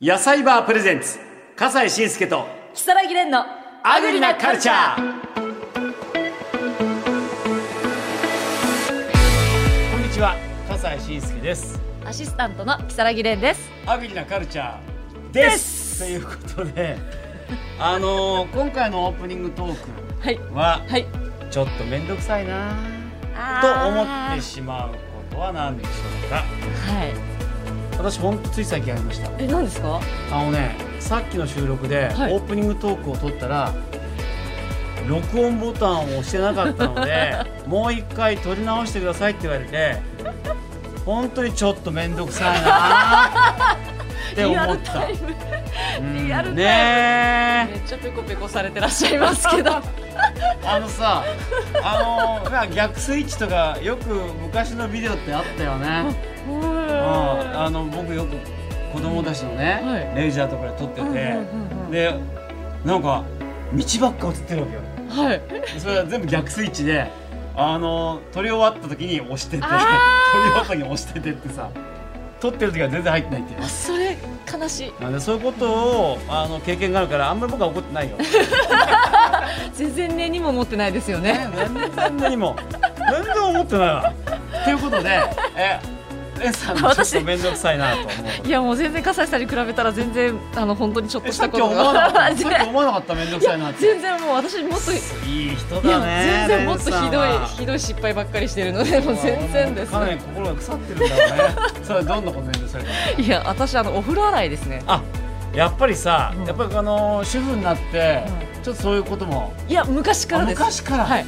野菜バープレゼンツ笠西慎介と木更木蓮のアグリなカルチャーこんにちは笠西慎介ですアシスタントの木更木蓮ですアグリなカルチャーですということであのー今回のオープニングトーはいクははいちょっと面倒くさいなあと思ってしまうことは何でしょうかはい私ほんとつい最近ありましたえ何ですかあのねさっきの収録でオはいープニングトークを撮ったら、録音ボタンを押してなかったの でもう一回撮り直してくださいって言われて本当にちょっと面倒くさいなーってリア思ルっタた イ。ムうんリアルタイムめねっちゃペコペコされてらっしゃいます けどはーあのさあのまあ逆スイッチとかよく昔のビデオってあったよね。うんあの僕よく子供たちのね、はいレジャーとかで撮ってて、うんうんうんうんでなんか道ばっか映ってるわけよはいでそれは全部逆スイッチであの撮り終わった時に押してて撮り終わった時に押しててってさ撮ってる時は全然入ってないっていうあそれ悲しいなんでそういうことをあの経験があるからあんまり僕は怒ってない よ全然根にも持ってないですよね全然にも全然思ってないわということでえレンさんのちょっと面倒くさいなと思ういやもう全然笠井さんに比べたら全然あの本当にちょっとえしさたっこきと思わなかった さっき 全思わなかった面倒くさいなって全然もう私もっといいい人やだね全然もっとレンひさんどいはひどい失敗ばっかりしてるのでもう全然ですかなり心が腐ってるん だろうねそれはどんなことでそれいや私あのお風呂洗いですねあやっぱりさ、うんやっぱりあのー主婦になって、ちょっとそういうこともいや昔からあです昔から、はい、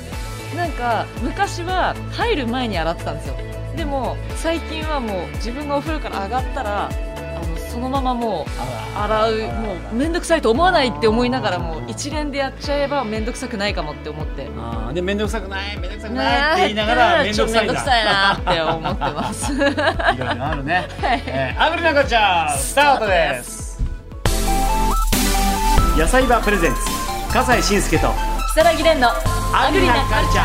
なんか昔は入る前に洗ってたんですよでも最近はもう自分がお風呂から上がったらあのそのままもう洗うもう面倒くさいと思わないって思いながらもう一連でやっちゃえば面倒くさくないかもって思ってあーで面倒くさくない面倒くさくないって言いながらねえ面ちょ倒っくとさいん面倒くださいなって思ってますいろいろあるね、 はいえー、アグリナカルチャースタートです野菜場プレゼンツ笠西慎介と 如月蓮のアアググリリななカカルルチチャ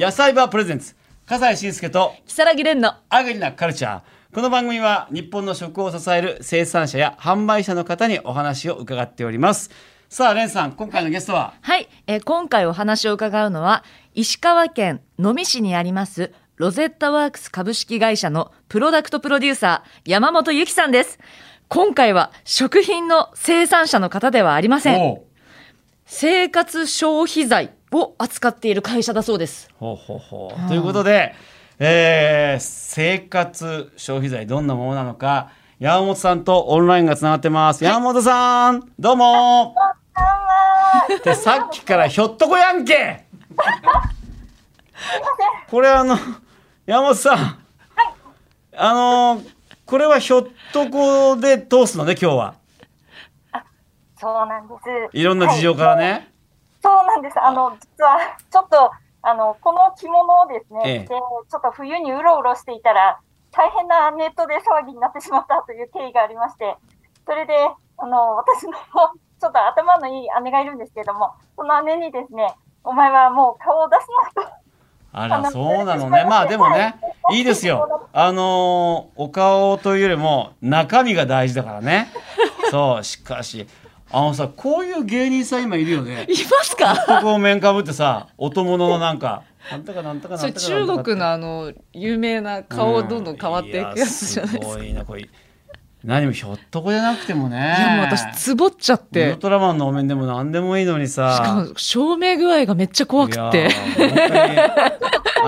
ー野菜バープレゼンツ笠西慎介と如月蓮のアグリなカルチャーこの番組は日本の食を支える生産者や販売者の方にお話を伺っておりますさあレンさん今回のゲストははい、えー今回お話を伺うのは石川県能美市にありますロゼッタワークス株式会社のプロダクトプロデューサー山本由紀さんです今回は食品の生産者の方ではありませんおう生活消費財を扱っている会社だそうですほうほうほうということで、えー生活消費財どんなものなのか山本さんとオンラインがつながってます、山本さんどうもでさっきからひょっとこやんけこれあの山本さん、あのこれはひょっとこで通すのね今日はそうなんです。いろんな事情からね、そうそうなんです。あの、実は、ちょっと、あの、この着物をですね、ええ着てちょっと冬にうろうろしていたら、大変なネットで騒ぎになってしまったという経緯がありまして、それで、あの、私の、ちょっと頭のいい姉がいるんですけれども、その姉にですね、お前はもう顔を出すなと。ああら、のそうなのね。まあでもね、いいです よ。あのーお顔というよりも中身が大事だから ね。そう、しかし、あのさ、こういう芸人さん今いるよねい。ますかここを面かぶってさ、お友ののなんか、なんとかなんとかなん とそれか中なんとかって国のあの有名な顔どんどん変わっていくやつじゃないですうんやすか、ごいな、これ。何もひょっとこじゃなくてもね。いやもう私つぼっちゃっウルてトラマンのお面でも何でもいいのにさ。しかも照明具合がめっちゃ怖くいてやー本当にあ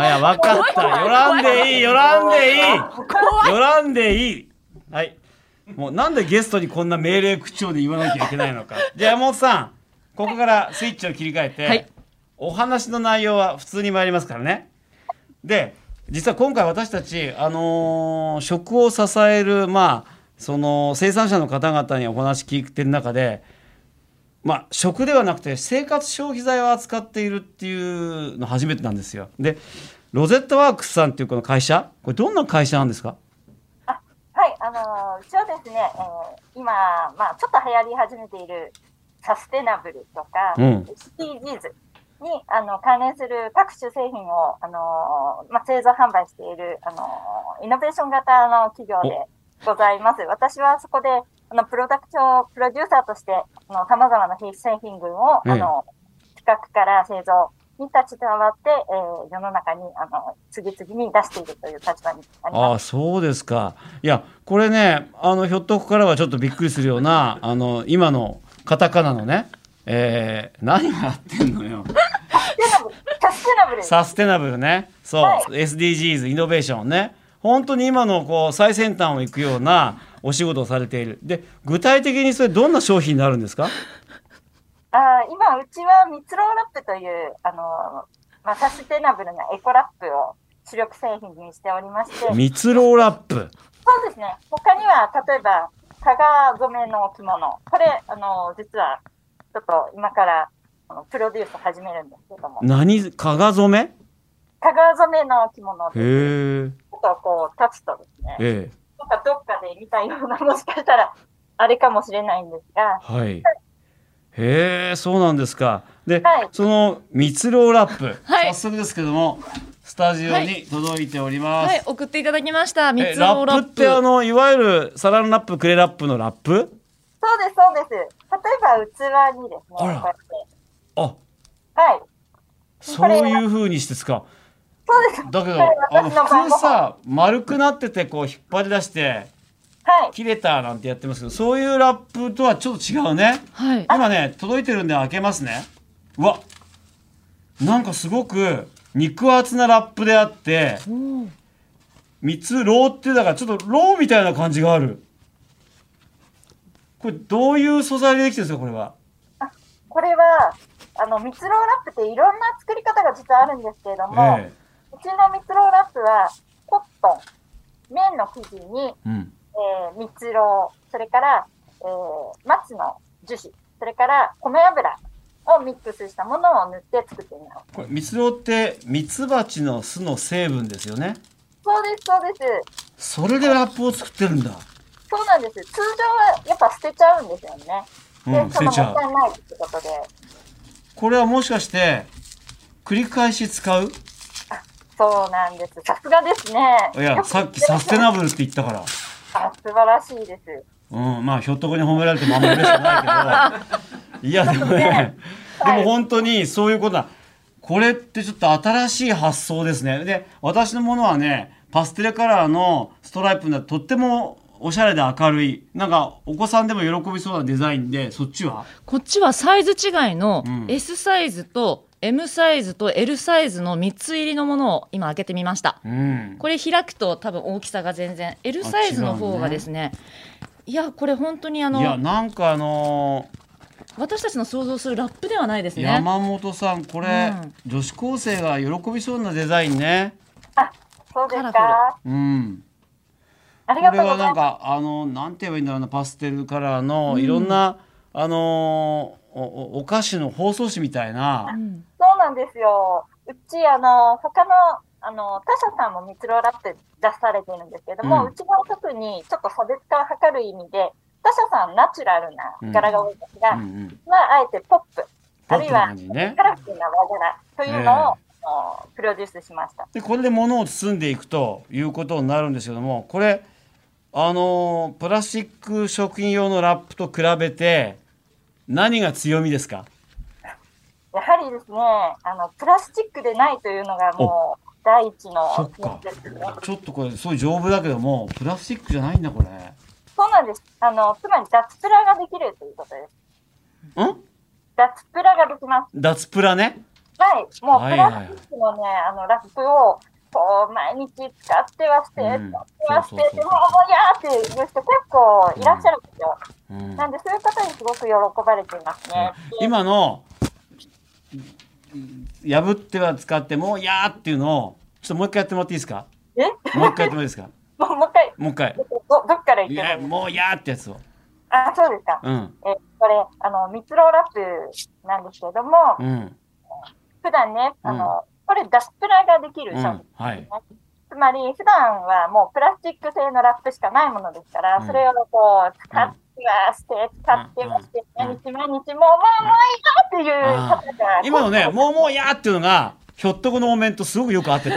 いや分かったよらんでいいよらんでいいよらんでいいはいもうなんでゲストにこんな命令口調で言わなきゃいけない のかじゃあ山本さんここからスイッチを切り替えて、はいお話の内容は普通に参りますからねで実は今回私たち、あのー食を支える、まあ、その生産者の方々にお話聞いてる中で、まあ、食ではなくて生活消費財を扱っているっていうの初めてなんですよ。でロゼットワークスさんっていうこの会社これどんな会社なんですかはい、あの、うちはですね、えー今、まあ、ちょっと流行り始めているサステナブルとか、うん SDGs にあの関連する各種製品を、あのーまあ、製造販売している、あのーイノベーション型の企業でございます。私はそこでああの、プロダクション、プロデューサーとして、あの、様々な製品群を、ええあの、企画から製造に立ち回って、えー世の中に、あの、次々に出しているという立場にありあまあす。そうですかいやこれねあのひょっとこからはちょっとびっくりするようなあの今のカタカナのね、えー何がやってんのよサステナブル。サステナブルねそう、はい SDGs イノベーションね本当に今のこう最先端を行くようなお仕事をされているで具体的にそれどんな商品になるんですかあー今、うちはミツローラップという、あの、まあ、サステナブルなエコラップを主力製品にしておりまして、蜜ろうラップそうですね。他には、例えば、加賀染めの着物。これ、あの、実は、ちょっと今から、あのプロデュース始めるんですけども、何加賀染加賀染めの着物めで、ちへょっとこう、立つとですね、ええなんかどっかで見たような、もしかしたら、 あれかもしれないんですが、はいへえそうなんですかで、はいその蜜ろうラップ、はい早速ですけどもスタジオはにい届いております、はい、送っていただきました。三えつラのラッップっプ。てあのいわゆるサランラップクレラップのラップそうです、そうです。例えば、器にですね、こあうらやって、あはい。そういう風にして使うそうです。だけどこれあの私の場合普も通さ丸くなっててこう引っ張り出してはい。切れたなんてやってますけどそういうラップとはちょっと違うねはい。今ね届いてるんで開けますねうわなんかすごく肉厚なラップであっておー蜜ろうってだからちょっとろうみたいな感じがあるこれどういう素材でできてるんですかこれはこれは、あの、蜜ろうラップっていろんな作り方が実はあるんですけれども、えうちの蜜ろうラップは、コットン、綿の生地に、えうんえー、蜜ろう、それから、えー、松の樹脂、それから米油をミックスしたものを塗って作ってみます。これ蜜ろうって蜜蜂の巣の成分ですよねそうです、そうです。それでラップを作ってるんだそうなんです。通常はやっぱ捨てちゃうんですよね。で、うん捨てちゃうそのもったいないってことで。これはもしかして繰り返し使うそうなんです。さすがですね。いやさっきサステナブルって言ったからあ素晴らしいです。うんまあひょっとこに褒められてもあんまり嬉しくない けどいやでもねではいも本当にそういうことだこれってちょっと新しい発想ですねで私のものはねパステルカラーのストライプなとってもおしゃれで明るいなんかお子さんでも喜びそうなデザインでそっちはこっちはサイズ違いのうん S サイズと M サイズと L サイズの3つ入りのものを今開けてみました。うんこれ開くと多分大きさが全然 L あサイズの方がですねいやこれ本当にあいやのなんかあのー私たちの想像するラップではないですね山本さんこれ、女子高生が喜びそうなデザインねそうですカラか。うんあこりれがとうはござないんます。かあのなんて言えばいいんだろうなパステルカラーのいろんな、あのーおおお菓子の包装紙みたいなうんそうなんですよ。うち、あの、他の、あの、他社さんも蜜ろうラップ出されてるんですけども、ううんちは特にちょっと差別化を図る意味で、他社さんナチュラルな柄が多いんですが、うんうんまあ、あえてポップ、ポッあるプいなは感じねカラフルな和柄というのを、あのプロデュースしました。でこれで物を包んでいくということになるんですけどもこれあのープラスチック食品用のラップと比べて何が強みですかやはりですね、あの、プラスチックでないというのがもう、第一そのっかですね。ちょっとこれすごい丈夫だけどもプラスチックじゃないんだこれそうなんです。あの、つまり脱プラができるということです。ん脱プラができます。脱プラねはい、もうはいプラスチックのね、あのラップを、こう、毎日使ってはして、うん使ってはしそうそうそうて、でも、いやーっていう人結構いらっしゃるんですよ。うんなんで、そういう方にすごく喜ばれていますね。で今の破っては使ってもういやーっていうのをちょっともう一回やってもらっていいですかえもう一回やってもらっていいですか もうもう一回、もう一回どどどっから言っいてやもいいもういやーってやつをあ、そうですか。うんえこれ、あの、蜜ろうラップなんですけども、うん普段ね、あの、これ、脱プラができるう商品。んはいつまり、普段はもうプラスチック製のラップしかないものですから、うんそれをこう、使ってはして、使ってはして、うん毎日毎日、もう、もう、もういいよっていう方が、今のねもうもういやーっていうのがひょっとこのお面とすごくよく合ってた、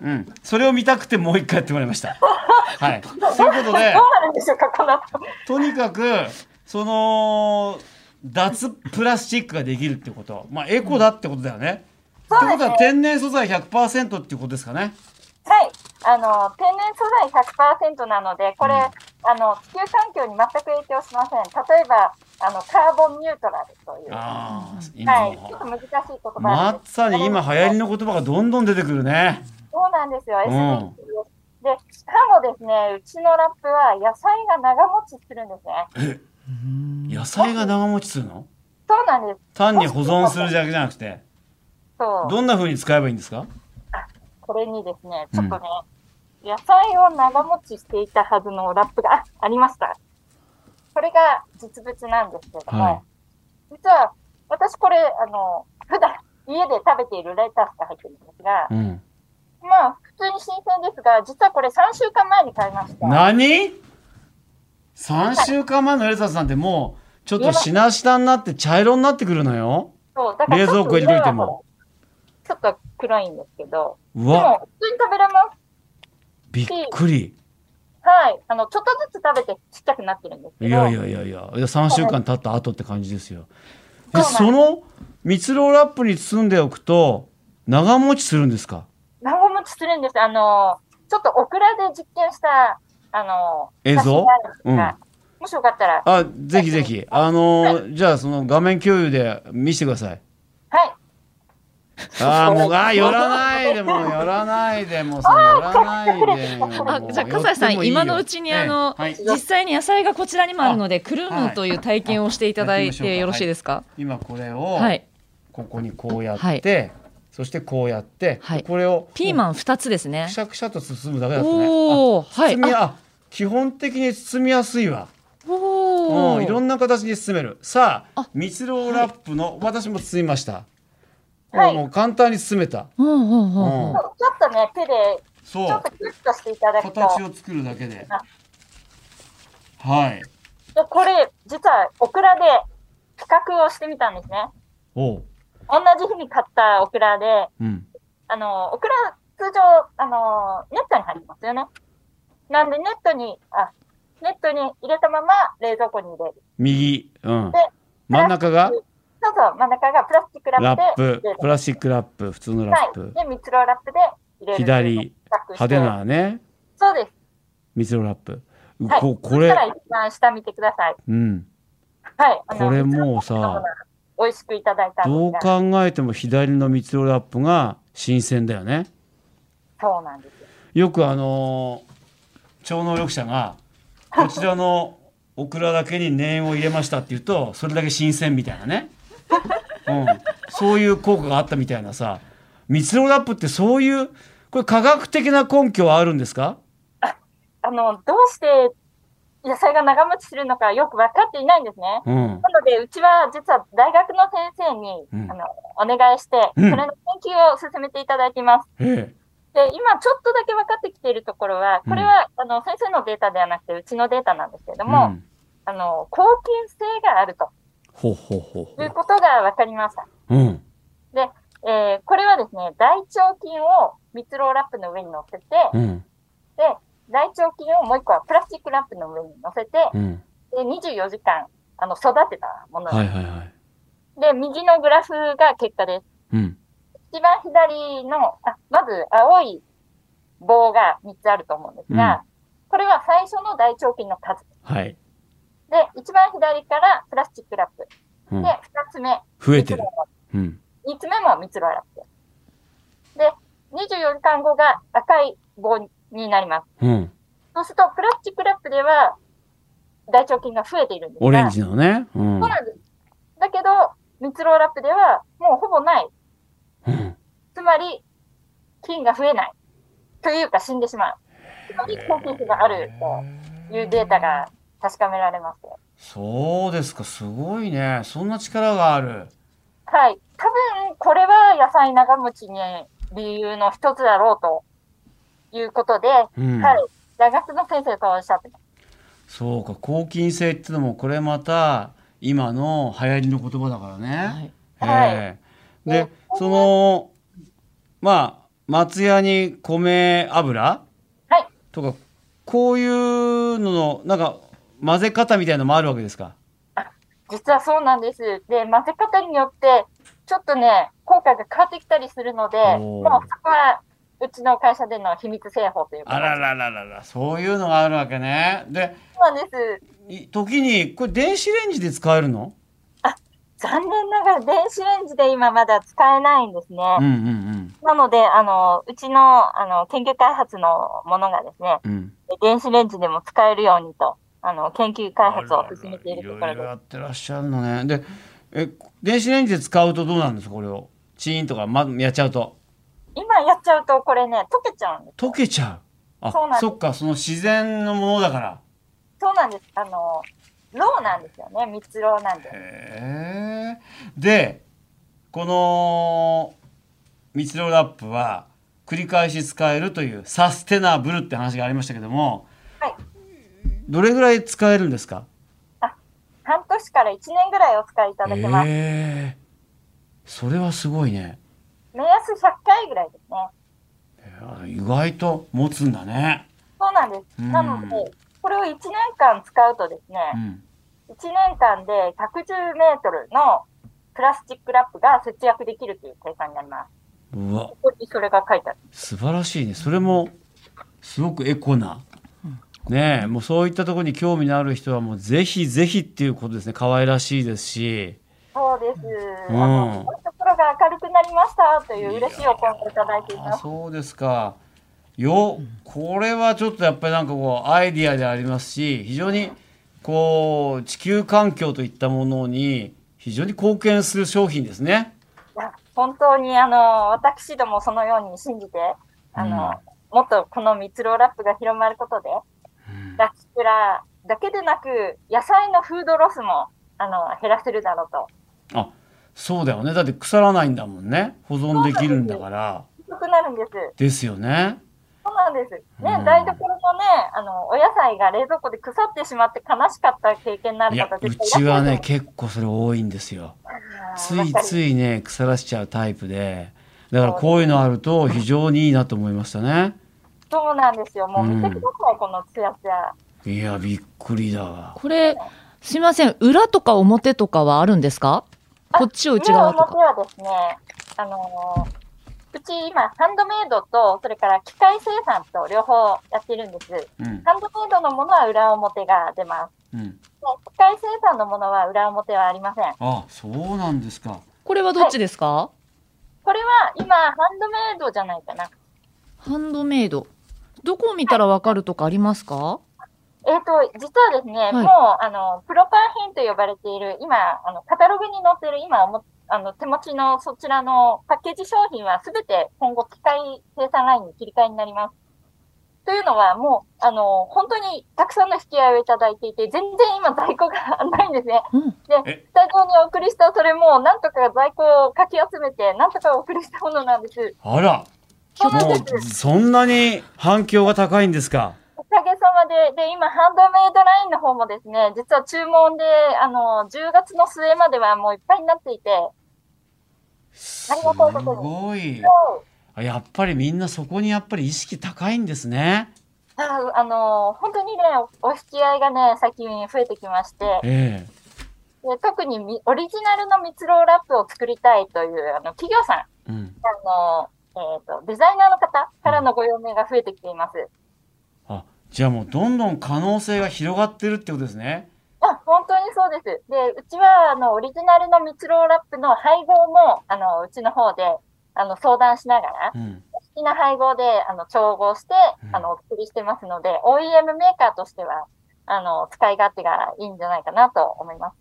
うん、それを見たくてもう一回やってもらいました。はい、ということ でどうなるんでしょうか、この後。とにかくその脱プラスチックができるってこと、まあ、エコだってことだよね。そうってこですとはね。天然素材100%っていうことですかね。はい。あの、天然素材100%なので、これ、うんあの、地球環境に全く影響しません。例えば、あの、カーボンニュートラルという。はああ、い。今ちょっと難しい言葉なんまですさに今流行りの言葉がどんどん出てくるね。そうなんですよ、うん SDGs で、しかもですね、うちのラップは野菜が長持ちするんですね。野菜が長持ちするのそうなんです。単に保存するだけじゃなくて、そう。どんな風に使えばいいんですかこれにですね、ちょっとね、野菜を長持ちしていたはずのラップがあありました。これが実物なんですけれども、は実は私これ、あの、普段家で食べているレタスが入ってるんですがい。、うん。まあ普通に新鮮ですが、実はこれ3週間前に買いました。何 ?3 週間前のレタスなんてもう、ちょっとしなしたになって茶色になってくるのよ。そう、だ冷蔵庫入れといても。ちょっと黒いんですけど、うでわ、も、普通に食べれます。びっくり。はい。あの、ちょっとずつ食べてちっちゃくなってるんですけいど。やいやいやいや、いや3週間経った後って感じですよ。えそうなんですその蜜ろうラップに包んでおくと、長持ちするんですか長持ちするんです。あの、ちょっとオクラで実験した、あの、映像写真があるんですがもしよかったら、あ、ぜひぜ ひ。あのーじゃあその画面共有で見せてくださ い。はい。あーもう、あー、寄らないでもう、寄らないでもう、その寄らないでも あもうじゃあ笠井寄っさてもんいいよ今のうちにあの、ええはい実際に野菜がこちらにもあるのでくるはむいという体験をしていただいやってみましょうかてよろしいですか今これを、はいここにこうやって、はいそしてこうやって、はいこれをピーンマン二つですねくしゃくしゃと包むだけだったね。おおあはい包みああ基本的に包みやすいわ。おうん、いろなんな形に包める。さああ、蜜ろうラップの、私も包みました。はいあもう簡単に包めた。うんうんうんうんちょちょっとね、手で、そちょうっと。キュッとしていただくと、形を作るだけで。はい。でこれ、実はオクラで比較をしてみたんですね。おう。同じ日に買ったオクラで、うん。あの、オクラ、通常、あの、ネットに入りますよね。なんで、ネットに、あ、ネットに入れたまま冷蔵庫に入れる。右。うんで。真ん中がそうそう、真ん中がプラスチックララッップでプ入れる。。プラスチックラップ。普通のラッはいプ。。で、蜜ろうラップで入れる。左、派手。なね。そうです。蜜ろうラップ。うはいここそしたられ、一番下見てください。うん。はい。あのこれもう蜜ろうラさップ、の美味しくいただいたんどうですが。考えても左の蜜ろうラップが新鮮だよね。そうなんですよ。よくあのー超能力者がこちらのオクラだけに念を入れましたって言うとそれだけ新鮮みたいなね、うん、そういう効果があったみたいなさ蜜ろうラップってそういうこれ科学的な根拠はあるんですかあの、どうして野菜が長持ちするのかよく分かっていないんですね。うんなので、うちは実は大学の先生に、うんあのお願いして、そうんれの研究を進めていただいています。ええで、今ちょっとだけ分かってきているところは、これは、あの先生のデータではなくて、うちのデータなんですけれども、うんあの抗菌性があるとほうほうほういうことが分かりました。ほううんえーこれはですね、大腸菌を蜜ろうラップの上に乗せて、うんで、大腸菌をもう一個はプラスチックラップの上に乗せて、うんで、24時間、あの、育てたものですはいはいはいで、右のグラフが結果です。うん一番左の、あ、まず青い棒が3つあると思うんですが、これは最初の大腸菌の数。はい、で、一番左からプラスチックラップ。うんで、、二つ目。増えてる、うん、三つ目も蜜ろうラップ。で、24時間後が赤い棒になります。うん、そうすると、プラスチックラップでは大腸菌が増えているんですが、オレンジのね、うんそうなんです。だけど、蜜ろうラップではもうほぼない。うん、つまり、菌が増えない。というか死んでしまう。つまり、抗菌性があるというデータが確かめられます。そうですかすごいねそんな力があるはい。多分、これは野菜長持ちに理由の一つだろうということで、うんはい。大学の先生とおっしゃってます。そうか抗菌性ってのもこれまた今の流行りの言葉だからね。はいええはいでそのまあ松屋に米油はい。とかこういうののなんか混ぜ方みたいなのもあるわけですか実はそうなんです。で、混ぜ方によって、ちょっとね、効果が変わってきたりするので、おもーうそこは、うちの会社での秘密製法というか。あらららららそういうのがあるわけねでそうなんです。い時にこれ電子レンジで使えるの残念ながら電子レンジで今まだ使えないんですね。うんうんなので、あの、うちの、あの、研究開発のものがですね、うんうん電子レンジでも使えるようにと、あの、研究開発を進めているとこあららろいろでいろす。やってらっしゃるのねでえ電子レンジで使うとどうなんですかこれをチーンとか、ま、やっちゃうと今やっちゃうと、これね、溶けちゃうんです。溶けちゃうあそうなんですそっかその自然のものだからそうなんです。あの、ローなんですよね。蜜ローなんで。へえでこの蜜ろラップは繰り返し使えるというサステナブルって話がありましたけども、はいどれぐらい使えるんですか半年から1年ぐらいお使いいただけます。えそれはすごいね目安100回ぐらいですね。えー意外と持つんだね、そうなんです。うんなので、これを1年間使うとですね、うん、 1年間で110メートルのプラスチックラップが節約できるという計算になります。うわここにそれが書いてある。素晴らしいねそれもすごくエコな、ねえもうそういったところに興味のある人はもうぜひぜひっていうことですね可愛らしいですしそうです。うんあの、こういうところが明るくなりましたという嬉しいお声をいただいていあます。そうですかよこれはちょっとやっぱりなんかこうアイディアでありますし非常にこう地球環境といったものに非常に貢献する商品ですね。いや本当にあの、私どもそのように信じて、あの、もっとこの蜜ろうラップが広まることで、ラキプラだけでなく、野菜のフードロスも、あの、減らせるだろうと。あそうだよねだって腐らないんだもんね保存できるんだから低くなるんです。ですよね。そうなんです。ね、うん台所のね、あの、お野菜が冷蔵庫で腐ってしまって悲しかった経験のあいるや方う絶対ちいらはっしゃるね結構それ多いんですよ。とつ思ういわかりついね腐らしちゃうタイプでだからこういうのあると非常にいいなと思いましたね。そうなんですよ。もう見てくださうい、このツヤツヤ。いやびっくりだわ。これ、すみません、裏とか表とかはあるんですかこっちを内側と表か。はですね、あのーうち今、ハンドメイドと、それから機械生産と両方やってるんです。うんハンドメイドのものは裏表が出ます。うん、で機械生産のものは裏表はありません。あそうなんですか。これはどっちですかこれは今、ハンドメイドじゃないかな。ハンドメイド。どこを見たらわかるとかありますかえっ、と、実はですね、いもう、あの、プロパン品と呼ばれている、今、あの、カタログに載ってる、今おも、あの、手持ちのそちらのパッケージ商品はすべて今後機械生産ラインに切り替えになります。というのは、もう、あの、本当にたくさんの引き合いをいただいていて、全然今在庫がないんですね。うん。えで、スタジオにお送りしたそれも、なんとか在庫をかき集めて、なんとかお送りしたものなんです。あら、そうなんもです。うそんなに反響が高いんですか。おかげさまで、で、今、ハンドメイドラインの方もですね、実は注文で、あの、10月の末まではもういっぱいになっていて、すありがとうございますごい。あやっぱりみんなそこにやっぱり意識高いんですね。ああの、本当にね、おお引き合いがね、最近増えてきまして、えで特にみオリジナルの蜜ろうラップを作りたいという、あの、企業さえうん、ん。あの、えっ、と、デザイナーの方からのご要命が増えてきています。あじゃあもうどんどん可能性が広がってるってことですね。あ、本当にそうです。で、うちは、あの、オリジナルの蜜ろうラップの配合も、あの、うちの方で、あの、相談しながら、うん。好きな配合であの調合してうんあのお作りしてますので、OEM メーカーとしてはあの使い勝手がいいんじゃないかなと思います。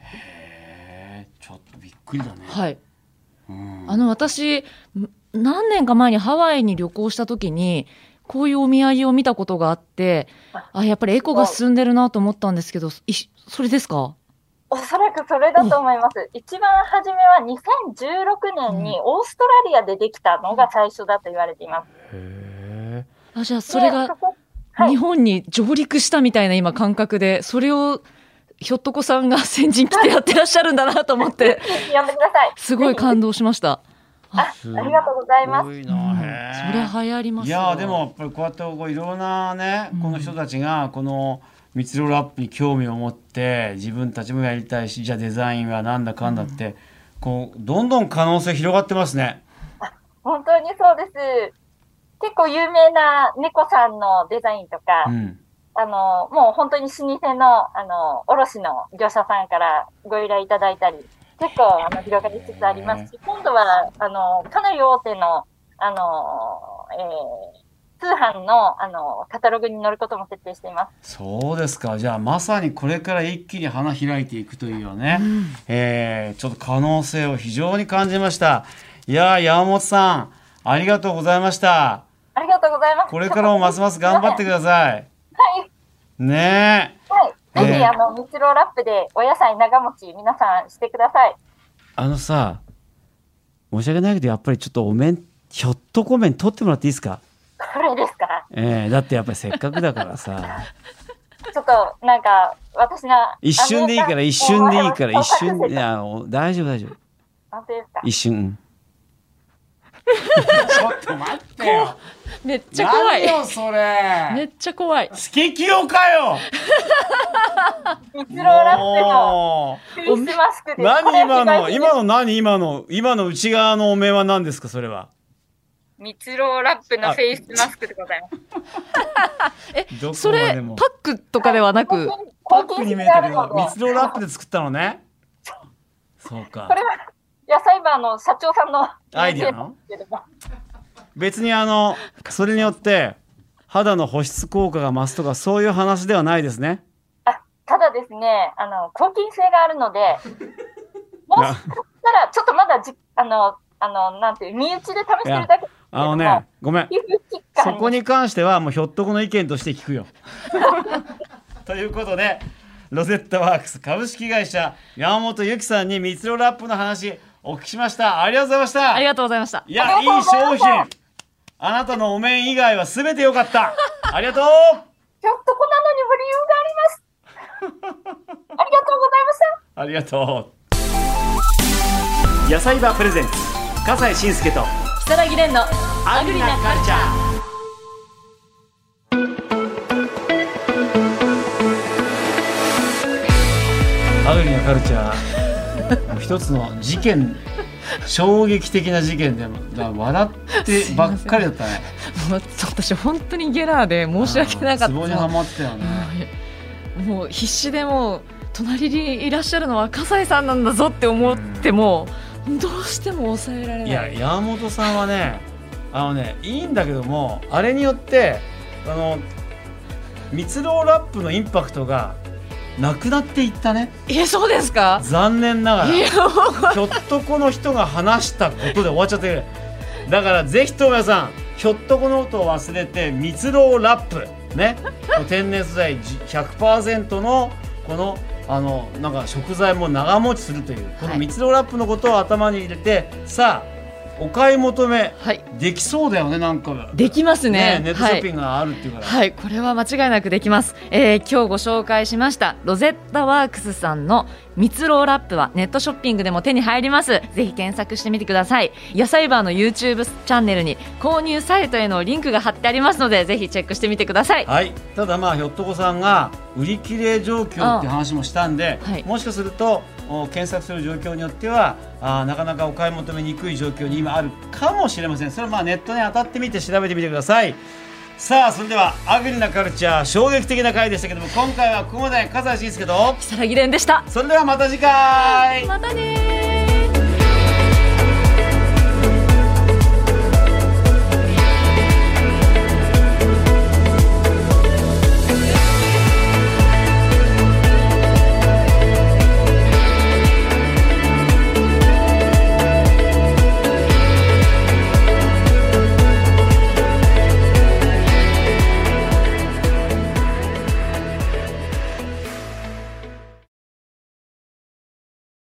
へえちょっとびっくりだね。はい。うん、あの、私、ん何年か前にハワイに旅行した時に、こういうお土産を見たことがあって、あ、やっぱりエコが進んでるなと思ったんですけど、いそれですかおそらくそれだと思います。一番初めは2016年にオーストラリアでできたのが最初だと言われています。へえあ、じゃあそれでがそこはい日 本に上陸したみたいな今感覚で、それをひょっとこさんが先陣来てやってらっしゃるんだなと思って、やめてください。すごい感動しました。あ、す ありがとうございます。いうんなそへりえゃ流行りますいよやーでもやっぱりこうやってこういろんなね、この人たちがこのミツロールアップに興味を持って自分たちもやりたいしじゃあデザインはなんだかんだって、こうどんどん可能性広がってますね。本当にそうです。結構有名な猫さんのデザインとか、うん、あの、もう本当に老舗の、あの、卸の業者さんからご依頼いただいたり、結構、あの、広がりつつありますし、今度は、あの、かなり大手の、あの、えー、通販の、あの、カタログに載ることも設定しています。そうですかじゃあまさにこれから一気に花開いていくというよね、えーちょっと可能性を非常に感じましたいやー山本さんありがとうございましたありがとうございます。これからもますます頑張ってくださいはい。ねえはい。ぜえひ、ーあの、ミツローラップでお野菜長持ち、皆さんしてください。あのさ申し訳ないけどやっぱりちょっとお面ひょっとこ面取ってもらっていいですか、これですかえーだってやっぱりせっかくだから さちょっと、なんか、私が。一瞬でいいから一瞬でいいから一瞬でいで。やお大丈夫大丈夫本当ですか一瞬 ちょっと待ってよめっちゃ怖い何よそれ、めっちゃ怖いスケキヨかよミツローラップの。もクリスマスクうで何今の今今の何今の今の内側のお面は何ですかそれはミツローラップのフェイスマスクでございます。どこそまれでパもックとかではなくパックに見えてるよミ蜜ツろラップで作ったのねそうかこれは野菜バーの社長さんのアイデアなのけれども別にあのそれによって肌の保湿効果が増すとかそういう話ではないですねあただですね、あの抗菌性があるので、もしかしたらちょっとまだじあのあのなんていう身内で試してるだけですけれどもあのね、ごめん皮膚疾そ患こに関してはもうひょっとこの意見として聞く よということでロゼッタワークス株式会社山本由紀さんに蜜ろラップの話お聞きしましたありがとうございましたありがとうございましたいや、いい商品。あなたのお面以外はすべて良か った。ありがとう。ちょっとこなのにも理由があります。ありがとうございました。ありがとう。野菜バープレゼンツ。笠西慎介と。如月蓮のアグリなカルチャーアグリなカルチャー。もう一つの事件。衝撃的な事件でも、だ笑ってばっかりだったね。もうちょっと私本当にゲラーで申し訳なかったツボにはまってたよね。はいもう必死でもう隣にいらっしゃるのは笠井さんなんだぞって思ってもどうしても抑えられいなやい山本さんはねあのねいいんだけどもあれによってあの蜜ろラップのインパクトがなくなっていったねえそうですか残念ながいやらひょっとこの人が話したことで終わっちゃってるだからぜひとも皆さんひょっとこのことを忘れて蜜ろラップね天然素材100%のこのあのなんか食材も長持ちするというこの蜜ろラップのことを頭に入れて、さあお買い求めはいできそうだよねなんかできますねネットショッピングがあるっていうから、はい、これは間違いなくできます。えー今日ご紹介しましたロゼッタワークスさんの蜜ろうラップはネットショッピングでも手に入ります。ぜひ検索してみてください。野菜バーの YouTube チャンネルに購入サイトへのリンクが貼ってありますので、ぜひチェックしてみてください。はい、ただまあひょっとこさんが売り切れ状況って話もしたんで、あはいもしかするとお検索する状況によってはあーなかなかお買い求めにくい状況に今あるかもしれませんそれはまあネットに当たってみて調べてみてくださいさあそれではアグリなカルチャー衝撃的な回でしたけども今回はここまで笠井慎介と木更木蓮でした。それではまた次回またねー。